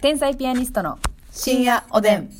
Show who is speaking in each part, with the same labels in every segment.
Speaker 1: 天才ピアニストの
Speaker 2: 深夜おでん。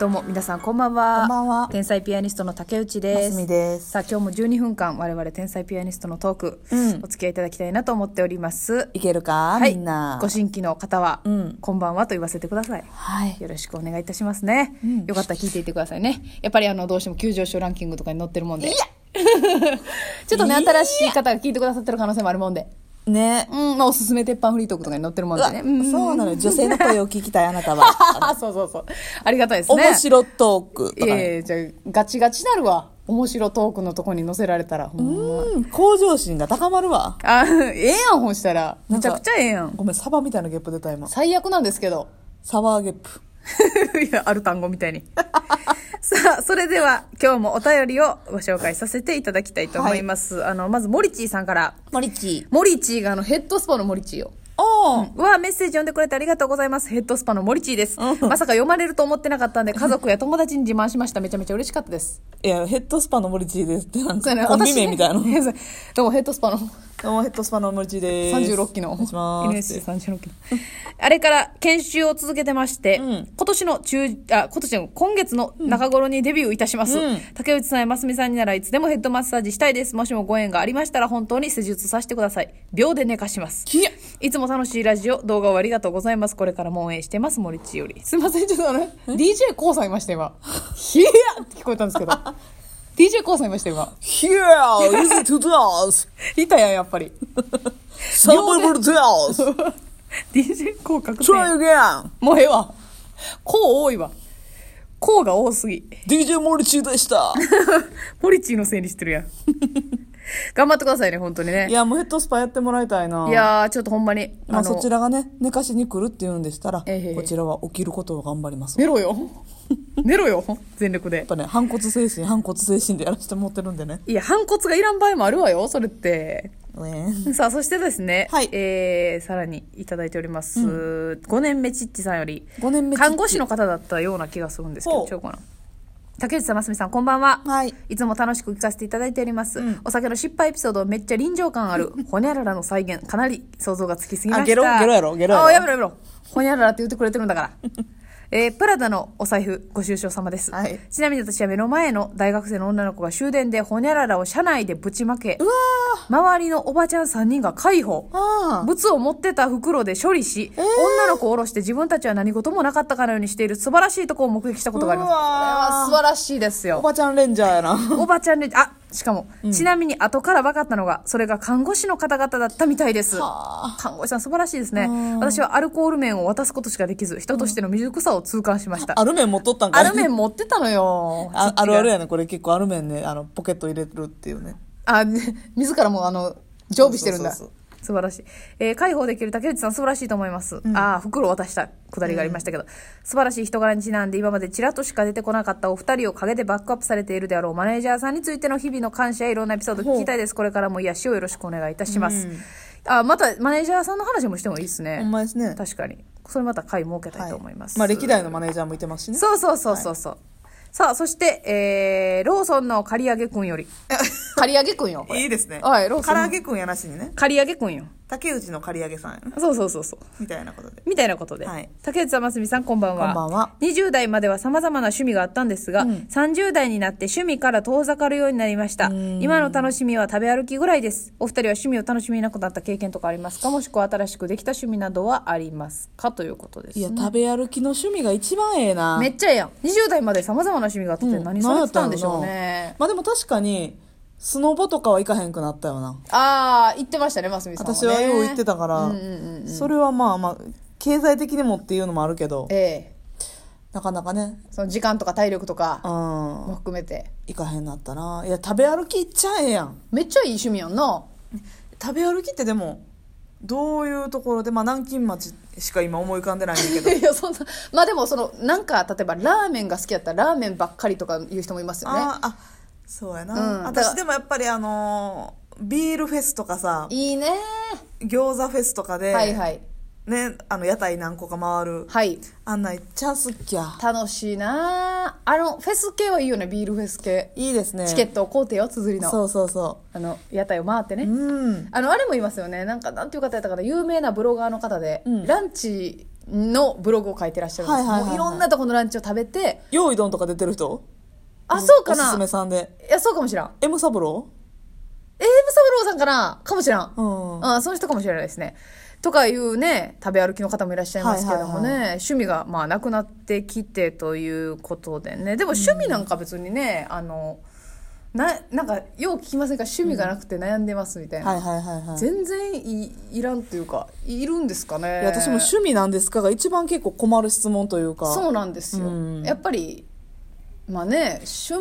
Speaker 1: どうも皆さんこんばんは
Speaker 2: こんばんは
Speaker 1: 天才ピアニストの竹内です
Speaker 2: ますみです
Speaker 1: さあ今日も12分間我々天才ピアニストのトーク、
Speaker 2: うん
Speaker 1: お付き合いいただきたいなと思っております
Speaker 2: いけるか、
Speaker 1: はい
Speaker 2: みんな。
Speaker 1: ご新規の方は、
Speaker 2: うん
Speaker 1: こんばんはと言わせてください
Speaker 2: はい。
Speaker 1: よろしくお願いいたしますね、
Speaker 2: うん
Speaker 1: よかったら聞いていってくださいねやっぱりあのどうしても急上昇ランキングとかに載ってるもんで ちょっとね
Speaker 2: いや
Speaker 1: 新しい方が聞いてくださってる可能性もあるもんで
Speaker 2: ね。
Speaker 1: うんまあおすすめ鉄板フリートークとかに載ってるもんでねん
Speaker 2: そうなの。女性の声を聞きたい、あな たは。
Speaker 1: そうそうそうありがたいですね
Speaker 2: 面白トークと
Speaker 1: い
Speaker 2: か
Speaker 1: や
Speaker 2: ね。
Speaker 1: いやじゃあガチガチなるわ面白トークのとこに載せられたらほんま
Speaker 2: うん、向上心が高まるわ。
Speaker 1: あええやんほんしたら
Speaker 2: な
Speaker 1: め
Speaker 2: ん
Speaker 1: ち
Speaker 2: か
Speaker 1: ゃくちゃええやん
Speaker 2: ごめん、サバみたいなゲップ出た今。
Speaker 1: 最悪なんですけど
Speaker 2: サワーゲップ。
Speaker 1: いやある単語みたいに さあそれでは今日もお便りをご紹介させていただきたいと思います、あのまずモリチーさんから
Speaker 2: マリチ。
Speaker 1: モリチーがあのヘッドスパのモリチーよ
Speaker 2: おー。
Speaker 1: はメッセージ読んでくれてありがとうございますヘッドスパのモリチーです、まさか読まれると思ってなかったんで家族や友達に自慢しましためちゃめちゃ嬉しかったです
Speaker 2: いや、ヘッドスパのモリチですって、なん
Speaker 1: そうや
Speaker 2: か、
Speaker 1: ね
Speaker 2: コンビ名みたいなの。
Speaker 1: 私ね そうどうもヘッドスパの
Speaker 2: どうもヘッドスパのモリチです。
Speaker 1: 36期の
Speaker 2: お願いします。
Speaker 1: NSC36 期のあれから研修を続けてまして、
Speaker 2: うん
Speaker 1: 今年の中あ今年の今月の中頃にデビューいたします、
Speaker 2: うん
Speaker 1: 竹内さんやますみさんにならいつでもヘッドマッサージしたいですもしもご縁がありましたら本当に施術させてください秒で寝かします
Speaker 2: きや
Speaker 1: いつも楽しいラジオ動画をありがとうございますこれからも応援してます森千よりすいませんちょっとあの DJ コウさんいました今「ひや!」って聞こえたんですけど DJ コウさんいました今
Speaker 2: Here is to dance!
Speaker 1: いたやんやっぱり
Speaker 2: サバブ ル dance!
Speaker 1: DJ コウ確定
Speaker 2: Try again!
Speaker 1: もうええわ。こう多いわ。こうが多すぎ。
Speaker 2: DJ モリチでした。
Speaker 1: ポリチーのせいにして るやん。頑張ってくださいね、本当にね。
Speaker 2: い
Speaker 1: いや
Speaker 2: や、もうヘッドスパやってもらいたいな。
Speaker 1: ー、ちょっとほんまに。
Speaker 2: まあ、
Speaker 1: の
Speaker 2: そちらがね、寝かしに来るって言うんでしたら、
Speaker 1: ええへへ
Speaker 2: こちらは起きることを頑張ります。や
Speaker 1: 寝ろよ。 寝ろよ。全力で
Speaker 2: っ。ぱね、反骨精神、反骨精神でやらせてもらってるんでね。
Speaker 1: いや、反骨がいらん場合もあるわよ、それって。
Speaker 2: ね
Speaker 1: さあ、そしてですね、
Speaker 2: はい
Speaker 1: えー、さらにいただいております。5年目チッチさんより、
Speaker 2: 5年目
Speaker 1: 看護師の方だったような気がするんですけ
Speaker 2: ほ
Speaker 1: ど、
Speaker 2: う
Speaker 1: 違うかな。竹内さん、ますみさん、こんばんは。
Speaker 2: はい。
Speaker 1: いつも楽しく聞かせていただいております。お酒の失敗エピソード、めっちゃ臨場感あ る。ほにゃららの再現、かなり想像がつきすぎました。
Speaker 2: あゲロゲロやろゲロやろ
Speaker 1: あ、やめろやめろ。ほにゃららって言ってくれてるんだから。えープラダのお財布、ご愁傷様です、
Speaker 2: はい
Speaker 1: ちなみに私は目の前の大学生の女の子が終電でほにゃららを車内でぶちまけ、
Speaker 2: うわ
Speaker 1: 周りのおばちゃん3人が解放。
Speaker 2: あ
Speaker 1: 物を持ってた袋で処理し、女の子を下ろして自分たちは何事もなかったかのようにしている素晴らしいとこを目撃したことがあります。
Speaker 2: う
Speaker 1: これ
Speaker 2: わ
Speaker 1: は素晴らしいですよ
Speaker 2: お。ばちゃんレンジャーやな。
Speaker 1: おばちゃんで、あ、しかも、ちなみに後から分かったのが、それが看護師の方々だったみたいです。
Speaker 2: は
Speaker 1: 看護師さん素晴らしいですね
Speaker 2: うん。
Speaker 1: 私はアルコール面を渡すことしかできず、人としての未熟さを痛感しました。
Speaker 2: アルメン持っとったんか
Speaker 1: ア
Speaker 2: い
Speaker 1: ル面持ってたのよ。父
Speaker 2: あ
Speaker 1: が
Speaker 2: あるあるやね、これ結構アルメンね、あの、ポケット入れるっていうね。
Speaker 1: あ、 ね自らもあの、常備してるんだ。
Speaker 2: そうそうそう
Speaker 1: 素晴らしい。えー解放できる竹内さん素晴らしいと思います。ああ、袋を渡したくだりがありましたけど、素晴らしい人柄にちなんで今までちらっとしか出てこなかったお二人を陰でバックアップされているであろうマネージャーさんについての日々の感謝やいろんなエピソード聞きたいです。これからも癒しをよろしくお願いいたします。あ、またマネージャーさんの話もしてもいいですね。
Speaker 2: ほんまですね。
Speaker 1: 確かに。それまた回設けたいと思います。
Speaker 2: まあ、歴代のマネージャーもいてますしね。
Speaker 1: そうそうそうそうそう。さあ、そして、えー、ローソンの刈り上げくんより。 刈り上げくんよ、これ。
Speaker 2: いいですね。
Speaker 1: はいローソン
Speaker 2: 唐揚げくんやなしにね。
Speaker 1: 刈り上げくんよ。
Speaker 2: 竹内の刈り上げさんやな。
Speaker 1: そうそうそうそう。
Speaker 2: みたいなことで。
Speaker 1: みたいなことで、
Speaker 2: はい
Speaker 1: 竹内さん、ますみさん、こんばんは。
Speaker 2: こんばんは
Speaker 1: 20代までは様々な趣味があったんですが、30代になって趣味から遠ざかるようになりました。今の楽しみは食べ歩きぐらいです。お二人は趣味を楽しみなくなった経験とかありますかもしくは新しくできた趣味などはありますかということです
Speaker 2: い。や、食べ歩きの趣味が一番ええな。
Speaker 1: めっちゃええやん。20代まで様々な趣味があったって何されてたんでしょう
Speaker 2: 何やったんやろな
Speaker 1: ね。
Speaker 2: まあでも確かにスノボとかは行かへんくなったよな
Speaker 1: ああ、言ってましたね、ますみさんは、ね。
Speaker 2: 私はよう行ってたから、
Speaker 1: うんうんうん
Speaker 2: それはまあまあ経済的にもっていうのもあるけど
Speaker 1: ええ。
Speaker 2: なかなかね
Speaker 1: その時間とか体力と
Speaker 2: うん
Speaker 1: かも
Speaker 2: 行
Speaker 1: 含めて。
Speaker 2: かへんなったないや食べ歩き行っちゃええやん
Speaker 1: めっちゃいい趣味やんな。
Speaker 2: 食べ歩きってでもどういうところでまあ南京町しか今思い浮かんでないんだけ
Speaker 1: いやそんなまあでもそのなんか例えばラーメンが好きだったらラーメンばっかりとか言う人もいますよね
Speaker 2: あーあそうやな、
Speaker 1: うん
Speaker 2: 私でもやっぱりあのービールフェスとかさ
Speaker 1: いいね
Speaker 2: 餃子フェスとかで、
Speaker 1: はいはい
Speaker 2: ねあの屋台何個か回る
Speaker 1: はい
Speaker 2: あんなんいっちゃ好きや
Speaker 1: 楽しいなああのフェス系はいいよねビールフェス系
Speaker 2: いいですね
Speaker 1: チケットを買うてよ綴りの
Speaker 2: そうそうそ
Speaker 1: あの屋台を回ってね
Speaker 2: ううん
Speaker 1: あのあれもいますよねなんかなんていう方やったかな有名なブロガーの方で、
Speaker 2: うん
Speaker 1: ランチのブログを書いてらっしゃるんです、
Speaker 2: はいはいはいはい
Speaker 1: もういろんなとこのランチを食べて
Speaker 2: 用意どんとか出てる人
Speaker 1: あそうか
Speaker 2: おす
Speaker 1: な
Speaker 2: すめさんで
Speaker 1: いやそうかもしらん
Speaker 2: エムサブロ
Speaker 1: エイブサブローさんかなかもしらん、
Speaker 2: ーうん
Speaker 1: あその人かもしれないですねとかいうね食べ歩きの方もいらっしゃいますけれどもね、
Speaker 2: はいは
Speaker 1: 趣味がまあなくなってきてということでねでも趣味なんか別にね、あのななんかよう聞きませんか趣味がなくて悩んでますみたいな、
Speaker 2: はいはいはいはい
Speaker 1: 全然いいらんというかいるんですかね
Speaker 2: いや私も趣味なんですかが一番結構困る質問というか
Speaker 1: そうなんですよ、
Speaker 2: うん
Speaker 1: やっぱりまあね趣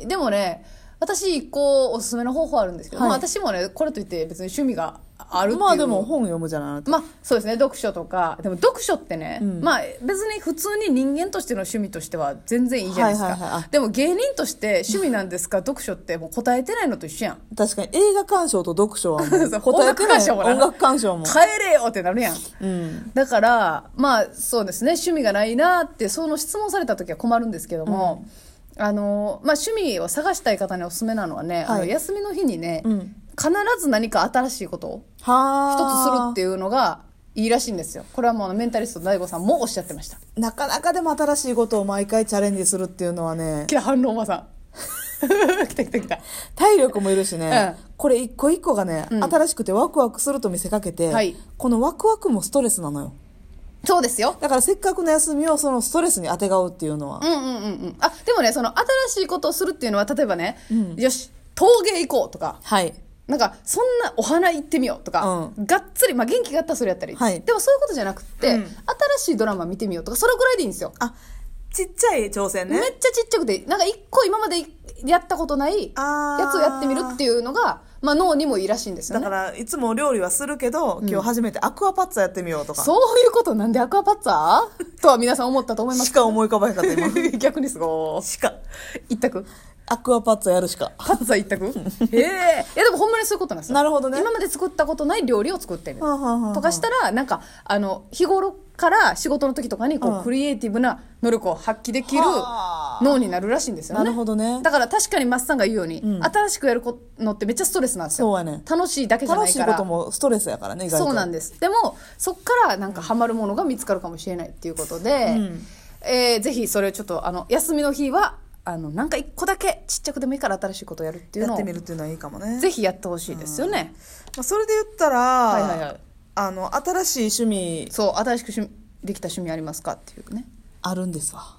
Speaker 1: 味でもね私一個おすすめの方法あるんですけど、
Speaker 2: はい
Speaker 1: まあ、私もねこれといって別に趣味があるっていう
Speaker 2: まあでも本読むじゃないあなた
Speaker 1: まあそうですね読書とかでも読書ってね、
Speaker 2: うん
Speaker 1: まあ別に普通に人間としての趣味としては全然いいじゃないですか、
Speaker 2: はいはいはいあ
Speaker 1: でも芸人として趣味なん ですか読書ってもう答えてないのと一緒やん
Speaker 2: 確かに映画鑑賞と読書はも
Speaker 1: そう
Speaker 2: う答えてな
Speaker 1: 音楽鑑
Speaker 2: い
Speaker 1: 賞もな
Speaker 2: 音楽鑑賞も
Speaker 1: 帰れよってなるやん
Speaker 2: うん
Speaker 1: だからまあそうですね趣味がないなってその質問された時は困るんですけども、あのまあ、趣味を探したい方におすすめなのはね、あの
Speaker 2: はい
Speaker 1: 休みの日にね、
Speaker 2: うん
Speaker 1: 必ず何か新しいことを
Speaker 2: は
Speaker 1: 一つするって
Speaker 2: い
Speaker 1: いうのがいいらしいんですよこれはもうあのメンタリストの DAIGO さんもおっしゃってま した
Speaker 2: うなかなかでも新しいことを毎回チャレンジするっていうのはね
Speaker 1: 来た反論おばさん 来た来た来た
Speaker 2: 体力もいるしね、
Speaker 1: う
Speaker 2: これ一個一個がね、
Speaker 1: うん
Speaker 2: 新しくてワクワクすると見せかけて、
Speaker 1: はい
Speaker 2: このワクワクもストレスなのよ
Speaker 1: そうですよ
Speaker 2: だからせっかくの休みをそのストレスにあてがうっていうのは、
Speaker 1: うんうんうんうんあでもねその新しいことをするっていうのは例えばね、
Speaker 2: うん
Speaker 1: よし陶芸行こうとか
Speaker 2: はい
Speaker 1: なんかそんなお花行ってみようとか、
Speaker 2: う
Speaker 1: がっつり、まあ、元気があったらそれやったり、
Speaker 2: はい
Speaker 1: でもそういうことじゃなくって、
Speaker 2: うん
Speaker 1: 新しいドラマ見てみようとかそれぐらいでいいんですよ、
Speaker 2: あちっちゃい挑戦
Speaker 1: めっちゃちっちゃくてなんか一個今までやったことない
Speaker 2: あー
Speaker 1: やつをやってみるっていうのが、まあ、脳にもいいらしいんですよ
Speaker 2: だ
Speaker 1: ね
Speaker 2: からいつも料理はするけど、今日初めてアクアパッツァやってみようとか
Speaker 1: そういうことなんでアクアパッツァとは皆さん思ったと思いま
Speaker 2: し
Speaker 1: す
Speaker 2: か思い浮かばへんかった今
Speaker 1: 逆にすご
Speaker 2: しか
Speaker 1: い一択
Speaker 2: アクアパッツァやるしか
Speaker 1: パッツァ一 択ええいやでもほんまにそういうことなんですよ
Speaker 2: なるほどね
Speaker 1: 今まで作ったことない料理を作ってみる
Speaker 2: はあはあはあ
Speaker 1: とかしたらなんかあの日頃から仕事の時とかにこう、
Speaker 2: うん
Speaker 1: クリエイティブな能力を発揮できる
Speaker 2: はあ
Speaker 1: 脳になるらしいんですよね
Speaker 2: なるほどね
Speaker 1: だから確かにマスさんが言うように、
Speaker 2: うん
Speaker 1: 新しくやるこのってめっちゃストレスなんですよ
Speaker 2: そうやね
Speaker 1: 楽しいだけじゃな
Speaker 2: 楽
Speaker 1: い
Speaker 2: し
Speaker 1: か
Speaker 2: い
Speaker 1: ら
Speaker 2: こともストレスやからね意外と
Speaker 1: そうなんですでもそっからなんかハマるものが見つかるかもしれないっていうことで、
Speaker 2: うん
Speaker 1: えーぜひそれをちょっとあの休みの日はあのなんか一個だけちっちゃくでもいいから新しいことをやるっていう
Speaker 2: や
Speaker 1: の
Speaker 2: っ
Speaker 1: を
Speaker 2: てみるっていうのはいいかもね
Speaker 1: ぜひやってほしいですよね、
Speaker 2: まあ、それで言ったら、
Speaker 1: はいはいはい
Speaker 2: あの新しい趣味
Speaker 1: そう新しく趣味できた趣味ありますかっていうね
Speaker 2: あるんですわ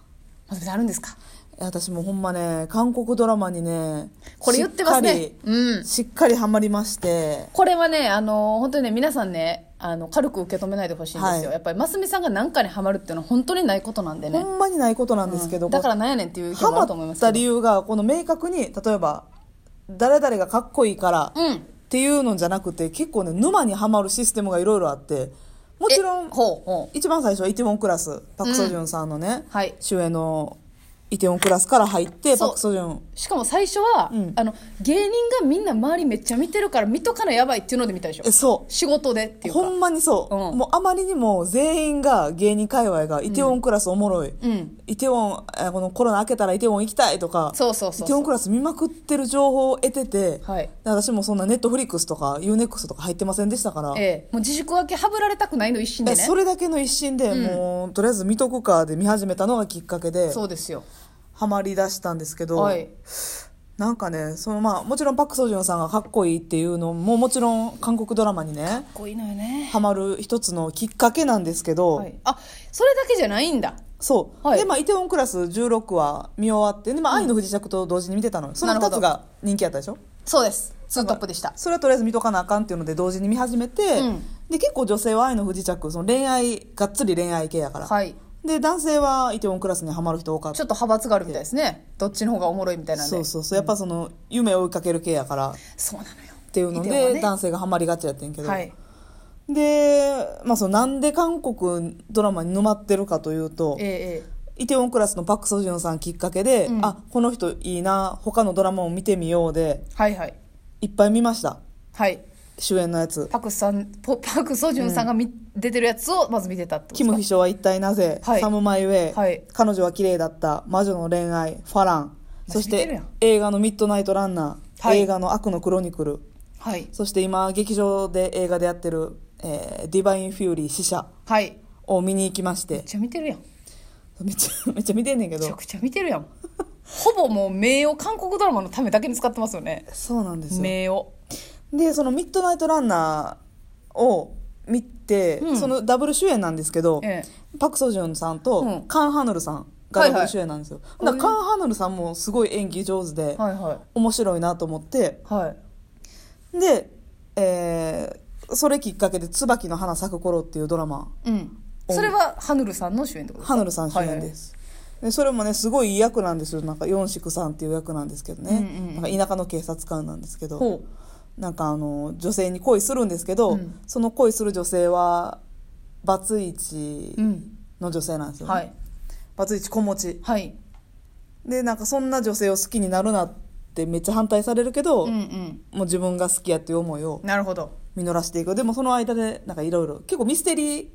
Speaker 1: まずあるんですか
Speaker 2: 私もうほんまね韓国ドラマにね
Speaker 1: これ言ってます
Speaker 2: しっ
Speaker 1: ね
Speaker 2: かり
Speaker 1: うん
Speaker 2: しっかりハマりまして
Speaker 1: これはねあの本当にね皆さんねあの軽く受け止めないでほしいんですよ、
Speaker 2: はい
Speaker 1: やっぱり真澄さんが何かにハマるっていうのは本当にないことなんでね
Speaker 2: ほんまにないことなんですけど、
Speaker 1: だからなんやねんっていう意見
Speaker 2: ハ
Speaker 1: もあ
Speaker 2: マ
Speaker 1: ると思いま
Speaker 2: っ
Speaker 1: す
Speaker 2: た
Speaker 1: け
Speaker 2: 理
Speaker 1: ど
Speaker 2: 由がこの明確に例えば誰々がかっこいいからっ
Speaker 1: うん
Speaker 2: ていうのじゃなくて結構ね沼にはまるシステムがいろいろあってもちろ
Speaker 1: え
Speaker 2: ん
Speaker 1: ほうほう
Speaker 2: 一番最初はイテウォンクラスパク・ソジュンさんのね、
Speaker 1: はい
Speaker 2: 主演のイテウォンクラスから入って
Speaker 1: そう
Speaker 2: パク・ソジュン
Speaker 1: しかも最初は、
Speaker 2: うん
Speaker 1: あの芸人がみんな周りめっちゃ見てるから見とかなやばいっていうので見たでしょ
Speaker 2: えそう
Speaker 1: 仕事でっていうか
Speaker 2: ほんまにそう、
Speaker 1: うん
Speaker 2: もうあまりにも全員が芸人界隈がイテウォンクラスおもろい、
Speaker 1: うん
Speaker 2: イテウォンえーこのコロナ明けたらイテウォン行きたいとか
Speaker 1: そうそうそうそう
Speaker 2: イテウォンクラス見まくってる情報を得てて、
Speaker 1: はい
Speaker 2: で私もそんなネットフリックスとか UNEXT とか入ってませんでしたから、
Speaker 1: ええ、もう自粛明けはぶられたくないの一心で
Speaker 2: え
Speaker 1: ね
Speaker 2: それだけの一心で、
Speaker 1: ん
Speaker 2: もうとりあえず見とくかで見始めたのがきっかけで
Speaker 1: そうですよ
Speaker 2: ハマりだしたんですけど、
Speaker 1: はい
Speaker 2: なんかねその、まあ、もちろんパク・ソジュンさんがかっこいいっていうのももちろん韓国ドラマにね
Speaker 1: かっこいいのよね、
Speaker 2: ハマる一つのきっかけなんですけど、
Speaker 1: はい、あそれだけじゃないんだ
Speaker 2: そう、
Speaker 1: はい
Speaker 2: でまあイテウォンクラス16話見終わってで、まあ、愛の不時着と同時に見てたのよその
Speaker 1: なる
Speaker 2: 2
Speaker 1: ほど
Speaker 2: つが人気やったでしょ
Speaker 1: そうですツートップでした
Speaker 2: それはとりあえず見とかなあかんっていうので同時に見始めて、
Speaker 1: うん
Speaker 2: で結構女性は愛の不時着その恋愛がっつり恋愛系やから、
Speaker 1: はい
Speaker 2: で男性はイテウォンクラスにはまる人多かっ
Speaker 1: ちょ
Speaker 2: た
Speaker 1: っと派閥があるみたいですねどっちの方がおもろいみたいなんで
Speaker 2: そうそうそうやっぱその夢を追いかける系やからっ
Speaker 1: そうなのよ
Speaker 2: ていうの
Speaker 1: イテウォン
Speaker 2: で、
Speaker 1: ね
Speaker 2: 男性がハマりがちやってんけど、
Speaker 1: はい
Speaker 2: で、まあ、そのなんで韓国ドラマに沼ってるかというと
Speaker 1: えええ
Speaker 2: イテウォンクラスのパク・ソジュンさんきっかけで、
Speaker 1: うん
Speaker 2: あこの人いいな他のドラマも見てみようで
Speaker 1: えはいはい
Speaker 2: いっぱい見ました
Speaker 1: はい
Speaker 2: 主演のやつ
Speaker 1: パクさんポパク・ソジュンさんがみ、出てるやつをまず見てたってこと
Speaker 2: キ
Speaker 1: です
Speaker 2: ム
Speaker 1: か
Speaker 2: 秘書は一体なぜ、
Speaker 1: はい
Speaker 2: サム・マイ・ウェイ、
Speaker 1: はい
Speaker 2: 彼女は綺麗だった魔女の恋愛ファランそし
Speaker 1: 見てるや
Speaker 2: て
Speaker 1: ん
Speaker 2: 映画の「ミッドナイト・ランナー」
Speaker 1: はい
Speaker 2: 映画の「悪のクロニクル
Speaker 1: はい」
Speaker 2: そして今劇場で映画でやってる「えーディバイン・フューリー死者
Speaker 1: はい」
Speaker 2: を見に行きまし
Speaker 1: め
Speaker 2: て
Speaker 1: っちゃ見てるやんめ
Speaker 2: めっちゃ めっちゃ見てんねんけ
Speaker 1: ちゃ
Speaker 2: ど
Speaker 1: くちゃ見てるやんほぼもう名誉韓国ドラマのためだけに使ってますよね
Speaker 2: そうなんですよ
Speaker 1: 名誉
Speaker 2: でその「ミッドナイト・ランナー」を見て、
Speaker 1: うん
Speaker 2: そのダブル主演なんですけど、
Speaker 1: え
Speaker 2: パク・ソジュンさんと、
Speaker 1: うん
Speaker 2: カン・ハヌルさんが
Speaker 1: はい
Speaker 2: ダ
Speaker 1: はい
Speaker 2: ブル主演なんですよ、だからカン・ハヌルさんもすごい演技上手で、
Speaker 1: はいはい
Speaker 2: 面白いなと思って
Speaker 1: はい
Speaker 2: で、えーそれきっかけで「椿の花咲く頃」っていうドラマ
Speaker 1: うんそれはハヌルさんの主演ってことですか
Speaker 2: ハヌルさん主演です、でそれもねすごいいい役なんですよなんかヨンシクさんっていう役なんですけどね、
Speaker 1: うんうんうん
Speaker 2: なんか田舎の警察官なんですけど
Speaker 1: ほ
Speaker 2: なんかあの女性に恋するんですけど、
Speaker 1: うん
Speaker 2: その恋する女性はバツイチ
Speaker 1: ううん
Speaker 2: の女性なんですよ、ね
Speaker 1: はい
Speaker 2: バツイチ子持ち
Speaker 1: はい
Speaker 2: でなんかそんな女性を好きになるなってめっちゃ反対されるけど、
Speaker 1: うん
Speaker 2: も
Speaker 1: うん
Speaker 2: う自分が好きやっていう思いを
Speaker 1: なるほど
Speaker 2: 実らしていくでもその間でなんかいろいろ結構ミステリー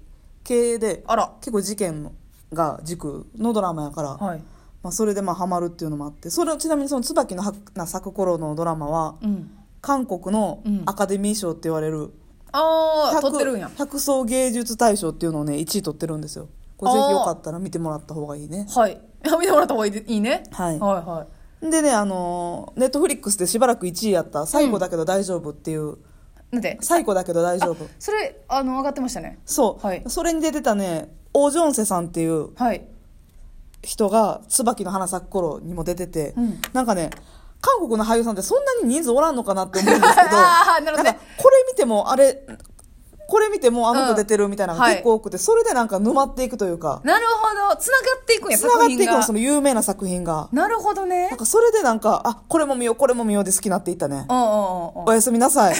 Speaker 2: 系で
Speaker 1: あら
Speaker 2: 結構事件が軸のドラマやから、
Speaker 1: はい
Speaker 2: まあ、それでまあハマるっていうのもあってそれをちなみにその「椿の花咲く頃」のドラマは
Speaker 1: うん
Speaker 2: 韓国の
Speaker 1: うん
Speaker 2: アカデミー賞って言われる、
Speaker 1: ああ
Speaker 2: 百
Speaker 1: 撮ってるんや
Speaker 2: 百層芸術大賞っていうのをね1位取ってるんですよこれぜ
Speaker 1: あー
Speaker 2: ひよかったら見てもらった方がいいね
Speaker 1: はいあ見てもらった方がいいでいいね
Speaker 2: はい
Speaker 1: はいは
Speaker 2: でねあのネットフリックスでしばらく1位やった「最後だけど大丈夫」っていう、
Speaker 1: いなんで
Speaker 2: 最後だけど大丈夫
Speaker 1: それあの上がってましたね
Speaker 2: そう、
Speaker 1: はい
Speaker 2: それに出てたねオジョンセさんっていう
Speaker 1: はい
Speaker 2: 人が「椿の花咲く頃」にも出てて、
Speaker 1: うん
Speaker 2: なんかね韓国の俳優さんってそんなに人数おらんのかなって思うんですけど
Speaker 1: あーなるほどね
Speaker 2: んかこれ見てもあれこれ見てもあの子出てるみたいなのが
Speaker 1: うん
Speaker 2: 結構多くて、それでなんか沼っていくというか
Speaker 1: なるほど繋がっていくんや
Speaker 2: つながっていくのそ
Speaker 1: 作
Speaker 2: の有名な作品が
Speaker 1: 品がなるほどね
Speaker 2: なんかそれでなんかあこれも見ようこれも見ようで好きになっていったね
Speaker 1: うんうんうんうん
Speaker 2: おやすみなさい